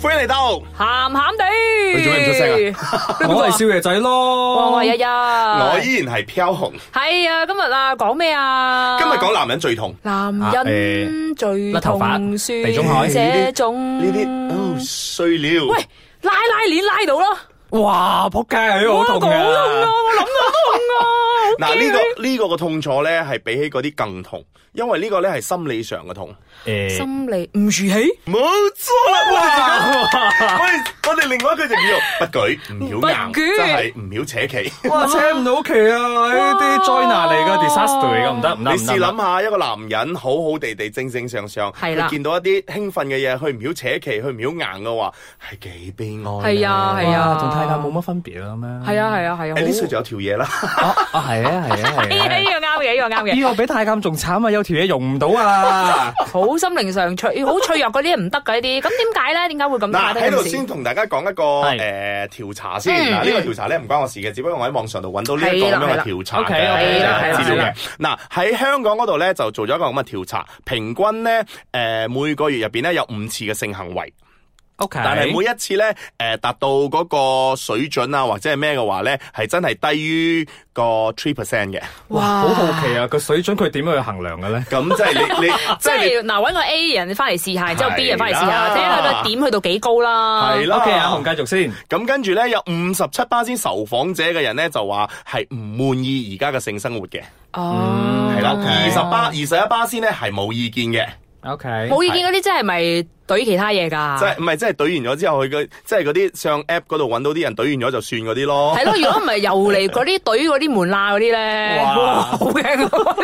歡迎嚟到，咸咸地，你做咩唔出聲啊？我係少爺仔我咯，係日日，我我依然係飄紅。係啊，今日啊講咩啊？今日講男人最痛，男人最甩頭髮痛酸，地中海這種呢啲哦碎料。喂拉拉鏈拉到啦，哇仆街啊，呢個好哇好痛痛㗎啊！我諗到都痛啊！嗱呢個呢個嘅痛楚咧，係比起嗰啲更痛，因為呢個咧係心理上嘅痛。誒心理唔住氣，冇錯啦，喂，我哋另外一句就叫做不舉唔曉硬，不舉真係唔曉扯旗。哇，扯唔到旗啊！呢啲災難嚟㗎，disaster 嚟㗎，唔得唔你得唔得試唔得。諗下，一個男人好好地地、正正常常，係啦佢見到一啲興奮嘅嘢，佢唔曉扯旗，佢唔曉硬嘅話，係幾悲哀。係啊係啊哇同太太冇乜分別啦咩？係啊係啊係啊，誒呢好歲仲有條嘢啦，啊啊係啊係啊呢 呢係啊！樣啱嘅，呢樣啱呢嘅，個比太監仲慘啊，有條嘢用唔到 啊！好心靈上脆，好脆弱嗰啲唔得㗎呢啲，咁點解咧？點解會咁打嗱得喺度咁先少？同大家講一個誒調查先。嗯嗱呢個調查咧唔關我事嘅，只不過我喺網上度揾到呢一個係咁啦樣係嘅啦調查 OK，係啦嘅係啦資料係嘅啦。嗱喺香港嗰度咧就做咗一個咁嘅調查，平均咧誒每個月入邊咧有五次嘅性行為。屋企，但係每一次咧，誒、達到嗰個水準啊，或者係咩嘅話咧，係真係低於個 three percent 嘅。哇，好好奇啊！個水準佢點樣去衡量嘅咧？咁即係 你你即即係你係嗱，揾個 A 人翻嚟試下，然之後 B 人翻嚟試係下，啦睇下個點去到幾高啦。係啦。 OK 啊，紅繼續先。咁跟住咧，有五十七巴先受訪者嘅人咧就話係唔滿意而家嘅性生活嘅，哦，係啦。二十巴、二巴十一巴先咧係冇意見嘅， OK，冇意見嗰啲，真係咪懟其他嘢㗎？即係唔係即係懟完咗之後，佢嘅即係嗰啲上 app 嗰度揾到啲人懟完咗就算嗰啲咯。係咯，如果唔係又 嚟嗰啲懟嗰啲門罅嗰啲咧，哇哇，好驚啊！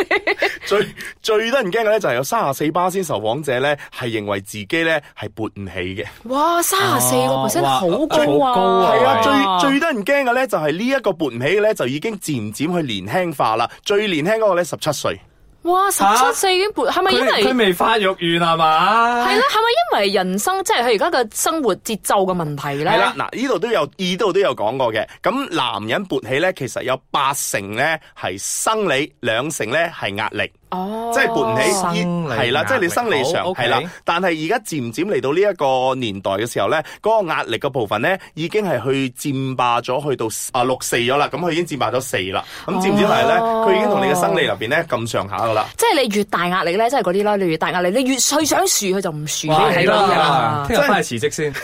最最得人驚嘅咧就係有三十四巴先受訪者咧係認為自己咧係勃唔起嘅。哇，三十四個 percent 哇好高好高啊啊！係係啊，最最得人驚嘅咧就係呢一個勃唔起嘅咧，就已經漸漸去年輕化啦。最年輕嗰個咧十七歲，哇，十七四已經撥，係咪因佢為佢未發育完係嘛？係啦？係咪因為人生即係佢而家嘅生活節奏嘅問題咧？係啦，嗱呢度都有，呢度都有講過嘅。咁男人勃起咧，其實有八成咧係生理，兩成咧係壓力，哦，即係勃唔生起，理係啦，壓力即係你生理上好，OK 係啦。但係而家漸漸嚟到呢一個年代嘅時候咧，嗰個壓力嘅部分咧已經係去佔霸咗，去到啊六四咗啦。咁佢已經佔霸咗四啦。咁漸漸嚟咧，哦佢已經同你嘅生理入邊咧咁上下噶啦。即係你越大壓力咧，即係嗰啲啦，你越大壓力，你越碎想樹佢就唔樹哇俾你睇係啦。聽日翻去辭職先。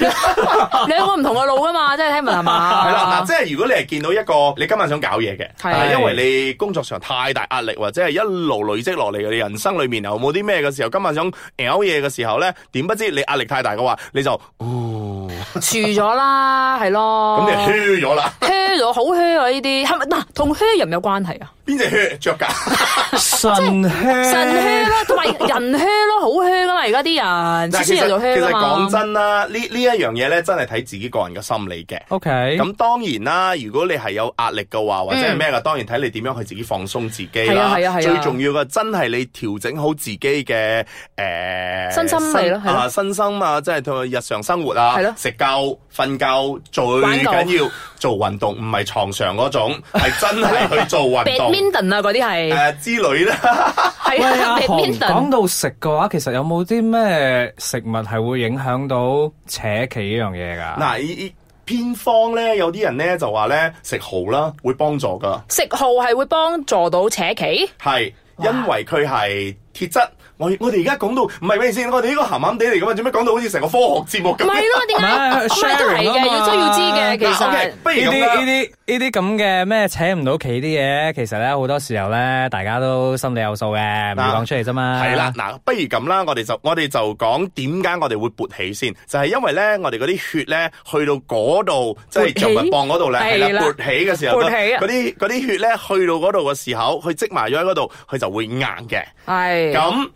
兩個唔同嘅路噶嘛，即係聽啊聞係嘛？係啦，嗱，即係如果你係見到一個你今晚想搞嘢嘅，係但係因為你工作上太大壓力，或者係一路累積落嚟嘅，你人生裏面有冇啲咩嘅時候，今晚想咬嘢嘅時候咧，點不知你壓力太大嘅話，你就哦，樹咗啦，係咯。咁你就嘘咗啦，靴咗好靴啊！呢啲係咪嗱同靴有唔有關係啊？邊只靴着㗎？神靴，腎靴啦，同埋人靴咯，好靴噶嘛！而家啲人但係其次次實又做靴其實噶啊嘛講。真啦，呢呢一樣嘢咧，真係睇自己個人嘅心理嘅。 OK，咁當然啦，如果你係有壓力嘅話，或者係咩嘅，當然睇你點樣去自己放鬆自己啦。嗯係啊係啊係啊最重要嘅真係你調整好自己嘅誒、呃身心嚟咯係咯啊身心啊，即係同日常生活啊係咯，食夠、瞓夠，最玩夠緊要做運動，唔係床上嗰種， 係真係去做運動 badminton 啊，嗰啲誒、係之類啦。 係喂啊阿紅，講，badminton 到食嘅話，其實有冇啲咩食物係會影響到扯旗呢樣嘢 㗎？嗱，依依偏方咧，有啲人咧就話咧食蠔啦，會幫助㗎。食號係會幫助到扯旗。係，因為佢係鐵質。我我哋而家講到唔係咩先？我哋呢個鹹鹹地嚟噶嘛？做咩講到好似成個科學節目咁？唔係咯？點解？唔係唔係都係 sharing 啊嘅，嘛要都要知嘅。其嗱，OK，實不如呢啲咁啦呢啲呢啲咁嘅咩扯唔到旗啲嘢，其實咧好多時候咧，大家都心里有數嘅，唔會講出嚟啫嘛。係啦，，嗱，不如咁啦，我哋就我哋就講點解我哋會勃起先，就係因為咧，我哋嗰啲血咧去到嗰度，即係勃起象拔蚌嗰度咧，係係啦，啦勃起嘅時候，勃起啊嗰啲嗰啲血咧去到嗰度嘅時候，佢積埋咗喺嗰度，佢就會硬嘅。係咁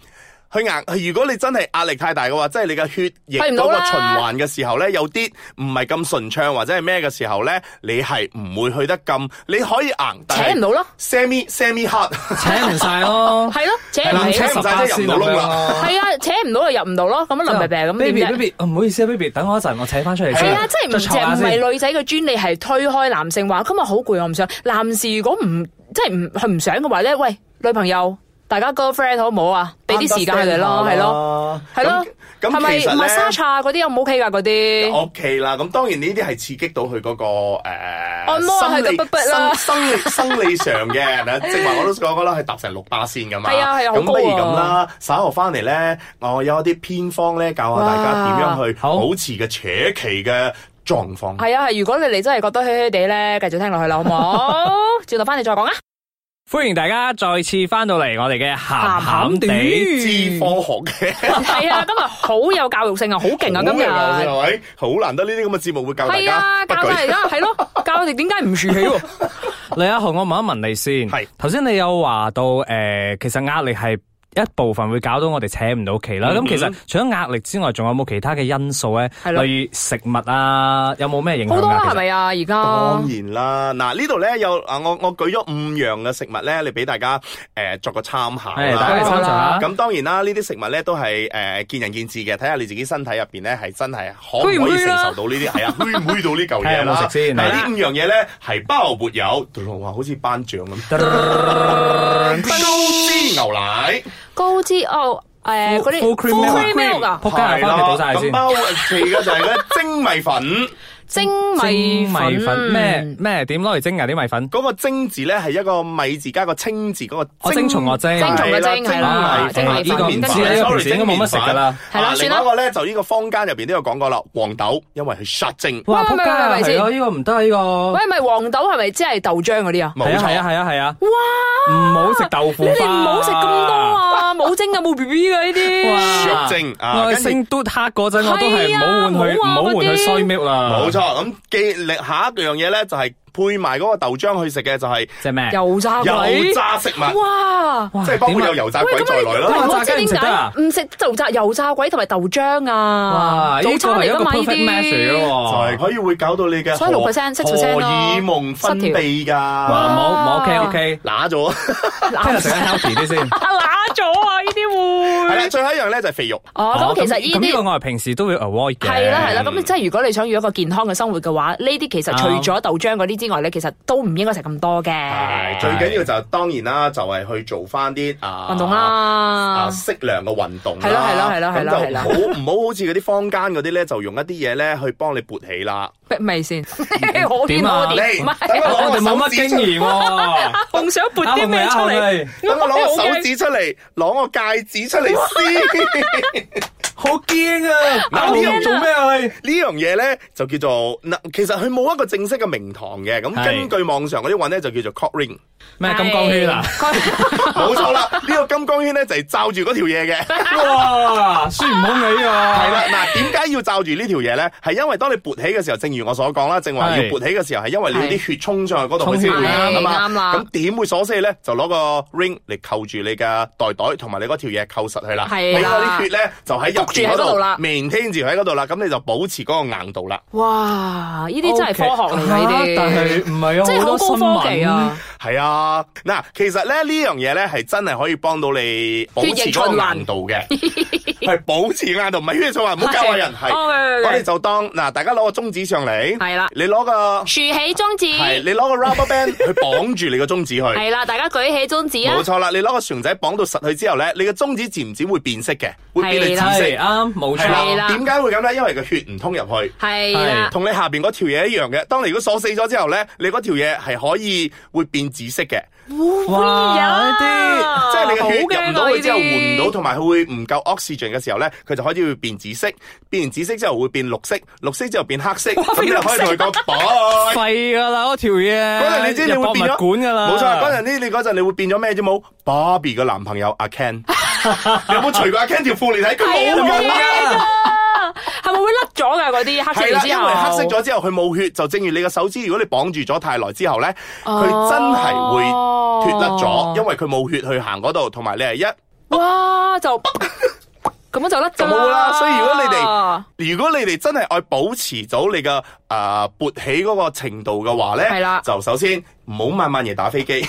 佢壓，佢如果你真係壓力太大嘅話，即係你嘅血液去唔嗰到個啦循環嘅時候咧，有啲唔係咁順暢或者係咩嘅時候咧，你係唔會去得咁，你可以硬，但係扯唔到咯 semi semi hard 請唔晒咯，係咯，扯係啦扯唔起啊唔。晒即係入唔到窿啦 係啊，扯唔到就入唔到咯，咁樣淋病病咁 baby 點啫？ baby，唔好意思啊，baby，等我一陣，我扯翻出嚟係先。啊，即係唔再淨坐下唔先係女仔嘅專利，係推開男性話今日好攰，我唔想。男士如果唔即係唔佢唔想嘅話咧，喂，女朋友，大家 girlfriend 好唔好啊？俾啲時間佢哋咯，係咯，咯係咯，咁係咪咁其實唔係沙咧。茶嗰啲有冇 OK 㗎嗰啲？ O K 啦，咁當然呢啲係刺激到佢嗰、個誒、按摩啊生理佢嘅筆筆啦生生理生理上嘅， 嗱正話我都講過啦，係搭成六巴仙噶嘛。係啊係啊好咁高不如啊咁啦，稍後翻嚟咧，我有一啲偏方咧，教下大家點樣去哇好保持嘅扯旗嘅狀況。啊係啊，係如果你哋真係覺得虛虛地咧，繼續聽落去啦，好唔好？轉頭翻嚟再講啊！歡迎大家再次翻到嚟我哋嘅咸咸地。知科 學嘅，係啊，今日好有教育性啊，好勁啊，今好日有。係咪？好難得呢啲咁嘅節目會教大係啊，家不教大 舉。家係咯，教我哋點解唔豎起喎？李阿豪，我問一問你先。係頭先你有話到诶、呃其實壓力係一部分會搞到我哋扯唔到期啦。咁、嗯其實除咗壓力之外，仲有冇其他嘅因素咧？係咯例如食物啊，有冇咩影響㗎好多啦，其實係咪啊？而家當然啦，嗱呢度咧有啊，我我舉咗五樣嘅食物咧，你俾大家誒、呃作個參考係大家嚟啦。參詳下。咁當然啦，呢啲食物咧都係誒、呃、見仁見智嘅，睇下你自己身體入邊咧係真係可唔可以承受到呢啲，係 啊，虛唔虛到呢嚿嘢睇下有啦冇。食先但係係呢啦五樣嘢咧係包沒有，哇，好似頒獎咁。高脂牛奶高脂哦，誒 Full- 嗰啲 full cream milk 啊 full cream milk 啊，仆街啊，翻係嚟啦倒晒咁先。包其嘅就係咧蒸米粉。蒸米蒸米粉粉咩咩點攞嚟蒸啊？啲米粉嗰個蒸字咧係一個米字加個清字嗰我個蒸哦蟲啊我蒸蒸蟲啊嘅蒸係啦啊啦，蒸米蒸米粉粉呢個唔知呢個，sorry，平時應該冇乜食㗎啦蒸米粉係啦啊算另外啦一個咧就呢個坊間入邊都有講過啦，黃豆因為係殺精，哇！喂仆街啊，喂喂喂係咯，呢個唔得啊，呢個喂，咪黃豆係咪即係豆漿嗰啲啊？冇係啊係啊錯。係啊係啊，哇！唔好食豆腐你花。哋唔好食咁多！啊，冇蒸嘅冇 B B 嘅呢啲。哇！血精啊我跟住升嘟黑嗰陣，我都係唔好換係啊佢，唔唔好啊好換嗰佢啲衰 milk 啦。哦冇錯，咁記另下一樣嘢咧就係配埋嗰個豆漿去食嘅就係即係咩？油炸啊鬼油，炸食物，哇！哇即係包括點啊有油炸喂，鬼在咁內你啦。哇我炸知雞唔點食得啊解唔食油炸油炸鬼同埋豆漿啊？哇！早呢個餐係嚟一噶個嘛？呢 perfect match 嚟嘅啲就係喎。可以會搞到你嘅所以6% 6%哦荷爾蒙分泌㗎，哇！哇冇冇 OK OK，揦咗。聽日食緊 healthy 啲先。啊乸咗啊！呢啲係會啦，最後一樣咧就係肥肉。Ờ, 哦，咁其實咁呢呢個啲。我係平時都會 avoid 嘅。係啦係啦，咁即係如果你想要一個健康嘅生活嘅話，呢啲其實除咗豆漿嗰啲之外咧，其實都唔應該食咁多嘅。係最緊要就係當然啦，就係去做翻啲啊運動。啦啊，，適量嘅運動啦係咯係咯係咯係咯咁係就咯唔好 唔好好似嗰啲坊間嗰啲咧，就用一啲嘢咧去幫你勃起啦。逼 咪先， 我點邊啊我你點，唔等 係，我哋冇乜經驗喎。仲想撥啲咩出啱咪嚟？啱咪等我攞個好手驚指出嚟，攞個戒指出嚟先。 好驚啊！嗱呢樣做咩啊？你呢樣嘢咧就叫做嗱，其實佢冇一個正式嘅名堂嘅。咁係根據網上嗰啲揾咧，就叫做 cock ring。咩金光圈啊？係？冇錯啦，呢個金剛圈咧就係罩住嗰條嘢嘅。哇！孫唔好你系啦啊！，嗱，點解要罩住呢條嘢咧？係因為當你勃起嘅時候，正如我所講啦，正話要係勃起嘅時候，係因為你啲血衝上去嗰度，佢先會衝上去硬啊嘛。啱啦咁點會鎖死你咧？就攞個 ring 嚟扣住你嘅袋袋，同埋你嗰條嘢扣實佢啦。係啦俾嗰啲血咧就喺入邊焗住喺嗰度啦 maintain 住喺嗰度啦。咁你就保持嗰個硬度啦。 哇！呢啲真係科學嚟㗎，呢 OK 啲嚇但係唔係啊？真係好好多高科新技聞啊！係啊，嗱，其實咧呢樣嘢咧係真係可以幫到你保持嗰個硬度 嘅，係保持硬度，唔係血液循環，唔好教壞人。 係， OK，OK，OK 我哋就當嗱，大家攞個中指上嚟，係啦你攞個。豎起中指，系你攞個 rubber band 去綁住你個中指去， 係啊啦，大家舉起中指啊冇！錯啦。你攞個船仔綁到實佢之後咧，你個中指漸漸會變色嘅，會變你紫係色。係啱，冇係係錯。啦啊啦，點解會咁咧？因為個血唔通入去，係啦，同你下边嗰條嘢一樣嘅。當你如果鎖死咗之後咧，你嗰條嘢係可以會變紫色嘅，哇！呢啲〜即係你嘅血入唔到去之後啊好驚啊呢換啲唔到，同埋佢會唔夠 oxygen 嘅時候咧，佢就開始會變紫色。變完紫色之後會變綠色，綠色之後變黑色，咁你就可以同佢講 bye 废噶啦，嗰條嘢。嗰陣你知你入博會物變咗館噶啦，冇錯。嗰陣呢，你嗰陣你會變咗咩啫冇？Barbie 嘅男朋友阿 Ken，你 有冇除過阿 Ken 條褲嚟睇？佢係啊，啊冇㗎冇嘛。à. 嘢㗎，係咪會甩咗㗎嗰啲黑係色啦，完之因後？為黑色咗之後佢冇血，就正如你個手指，如果你綁住咗太耐之後哦咧，佢真係會脱甩咗，因為佢冇血去行嗰度，同埋你係一哇就咁樣就甩就咗冇啦。所以如果你哋如果你哋真係愛保持到你嘅誒勃起嗰個程度嘅話咧，係啦就首先唔好慢慢夜打飛 機，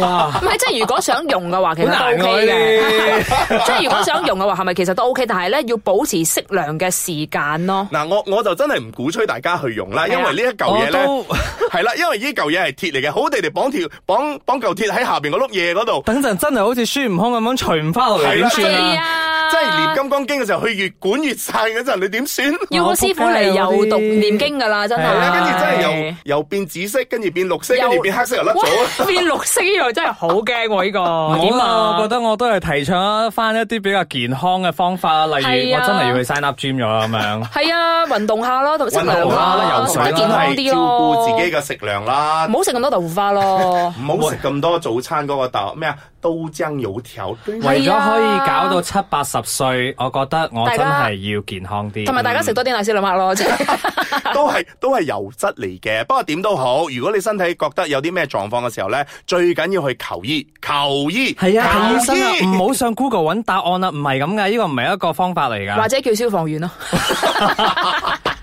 哇，唔係，即係如果想用嘅話，其實好難都 OK 喎嘅。 即係如果想用嘅話，係咪其實都 OK？但係咧，要保持適量嘅時間咯。嗱，我我就真係唔鼓吹大家去用啦，因係為啊呢一嚿嘢我咧都 係啦，因為呢嚿嘢係鐵嚟嘅，好地地綁條綁綁嚿鐵喺下邊嗰碌嘢嗰度，等陣真係好似孫悟空咁樣除唔翻落係嚟啦點算係啊？啊即係念金剛經嘅時候，佢越管越散嗰陣，你點算？要個師傅嚟又讀念經㗎啦，真係係啦，係。跟住真係由由變紫色，跟住變綠色，跟住又變黑色又甩咗啦。哇變綠色呢樣真係好驚喎！呢個我點啊，我覺啊？得我都係提倡翻一啲比較健康嘅方法，例如係我啊真係要去 sign up gym 咗啦咁樣。係啊，運動下咯，同埋運適量動啦，啦，游游水水啦，食得健康係啲照咯，顧自己嘅食糧啦。唔，好食咁多豆腐花咯唔好食咁多早餐嗰個豆咩啊，都漿油條。 啊為咗可以搞到七八十歲，我覺得我大真家係要健康啲。嗯同埋大家食多啲奶絲兩克咯，即 係都係都係油質嚟嘅，不過點都好。如果你身體覺得有啲咩狀況嘅時候咧，最緊要去求醫，求醫，係啊，睇醫求生啊，醫唔好上 Google 揾答案啦，啊唔係咁嘅，呢個唔係一個方法嚟或 㗎，者叫消防員咯。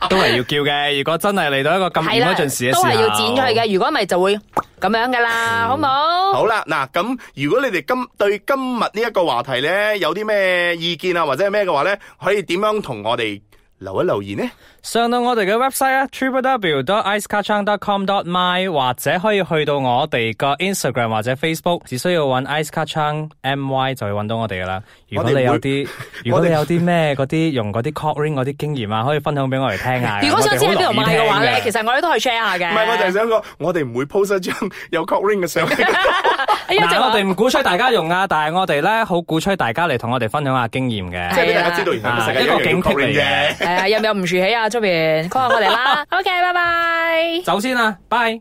都係要叫嘅。如果真係嚟到一個咁係啦， emergency 嘅時都候，係要剪咗佢嘅。如果唔係就會咁樣㗎嗯啦，好唔好？好啦，嗱咁，如果你哋今對今日呢一個話題咧有啲咩意見啊，或者係咩嘅話咧，可以點樣同我哋留一留言呢？上到我哋嘅 website 啊 t r i p l w dot icekachang dot com dot my，或者可以去到我哋個 Instagram 或者 Facebook，只需要揾 icekachang my 就會揾到我哋噶啦。如果我哋你會 有啲，如我果哋你有啲咩嗰啲用嗰啲 c o c k ring 嗰啲經驗啊，可以分享俾我哋聽下。 如果想知喺邊度買嘅話咧，其實實我哋都可以 share 下嘅。唔係，我就係想講，我哋唔會 post 一張有 cock ring 嘅 相。哎呀，嗱，我哋即唔鼓吹大家用啊，但係我哋咧好鼓吹大家嚟同我哋分享下經驗嘅。啊即係俾大家知道，原來世界有人要 cock ring 嘅。哎 係啊，有唔有唔住起啊？出邊 call 下我哋啦。OK，拜拜。走先啦，拜。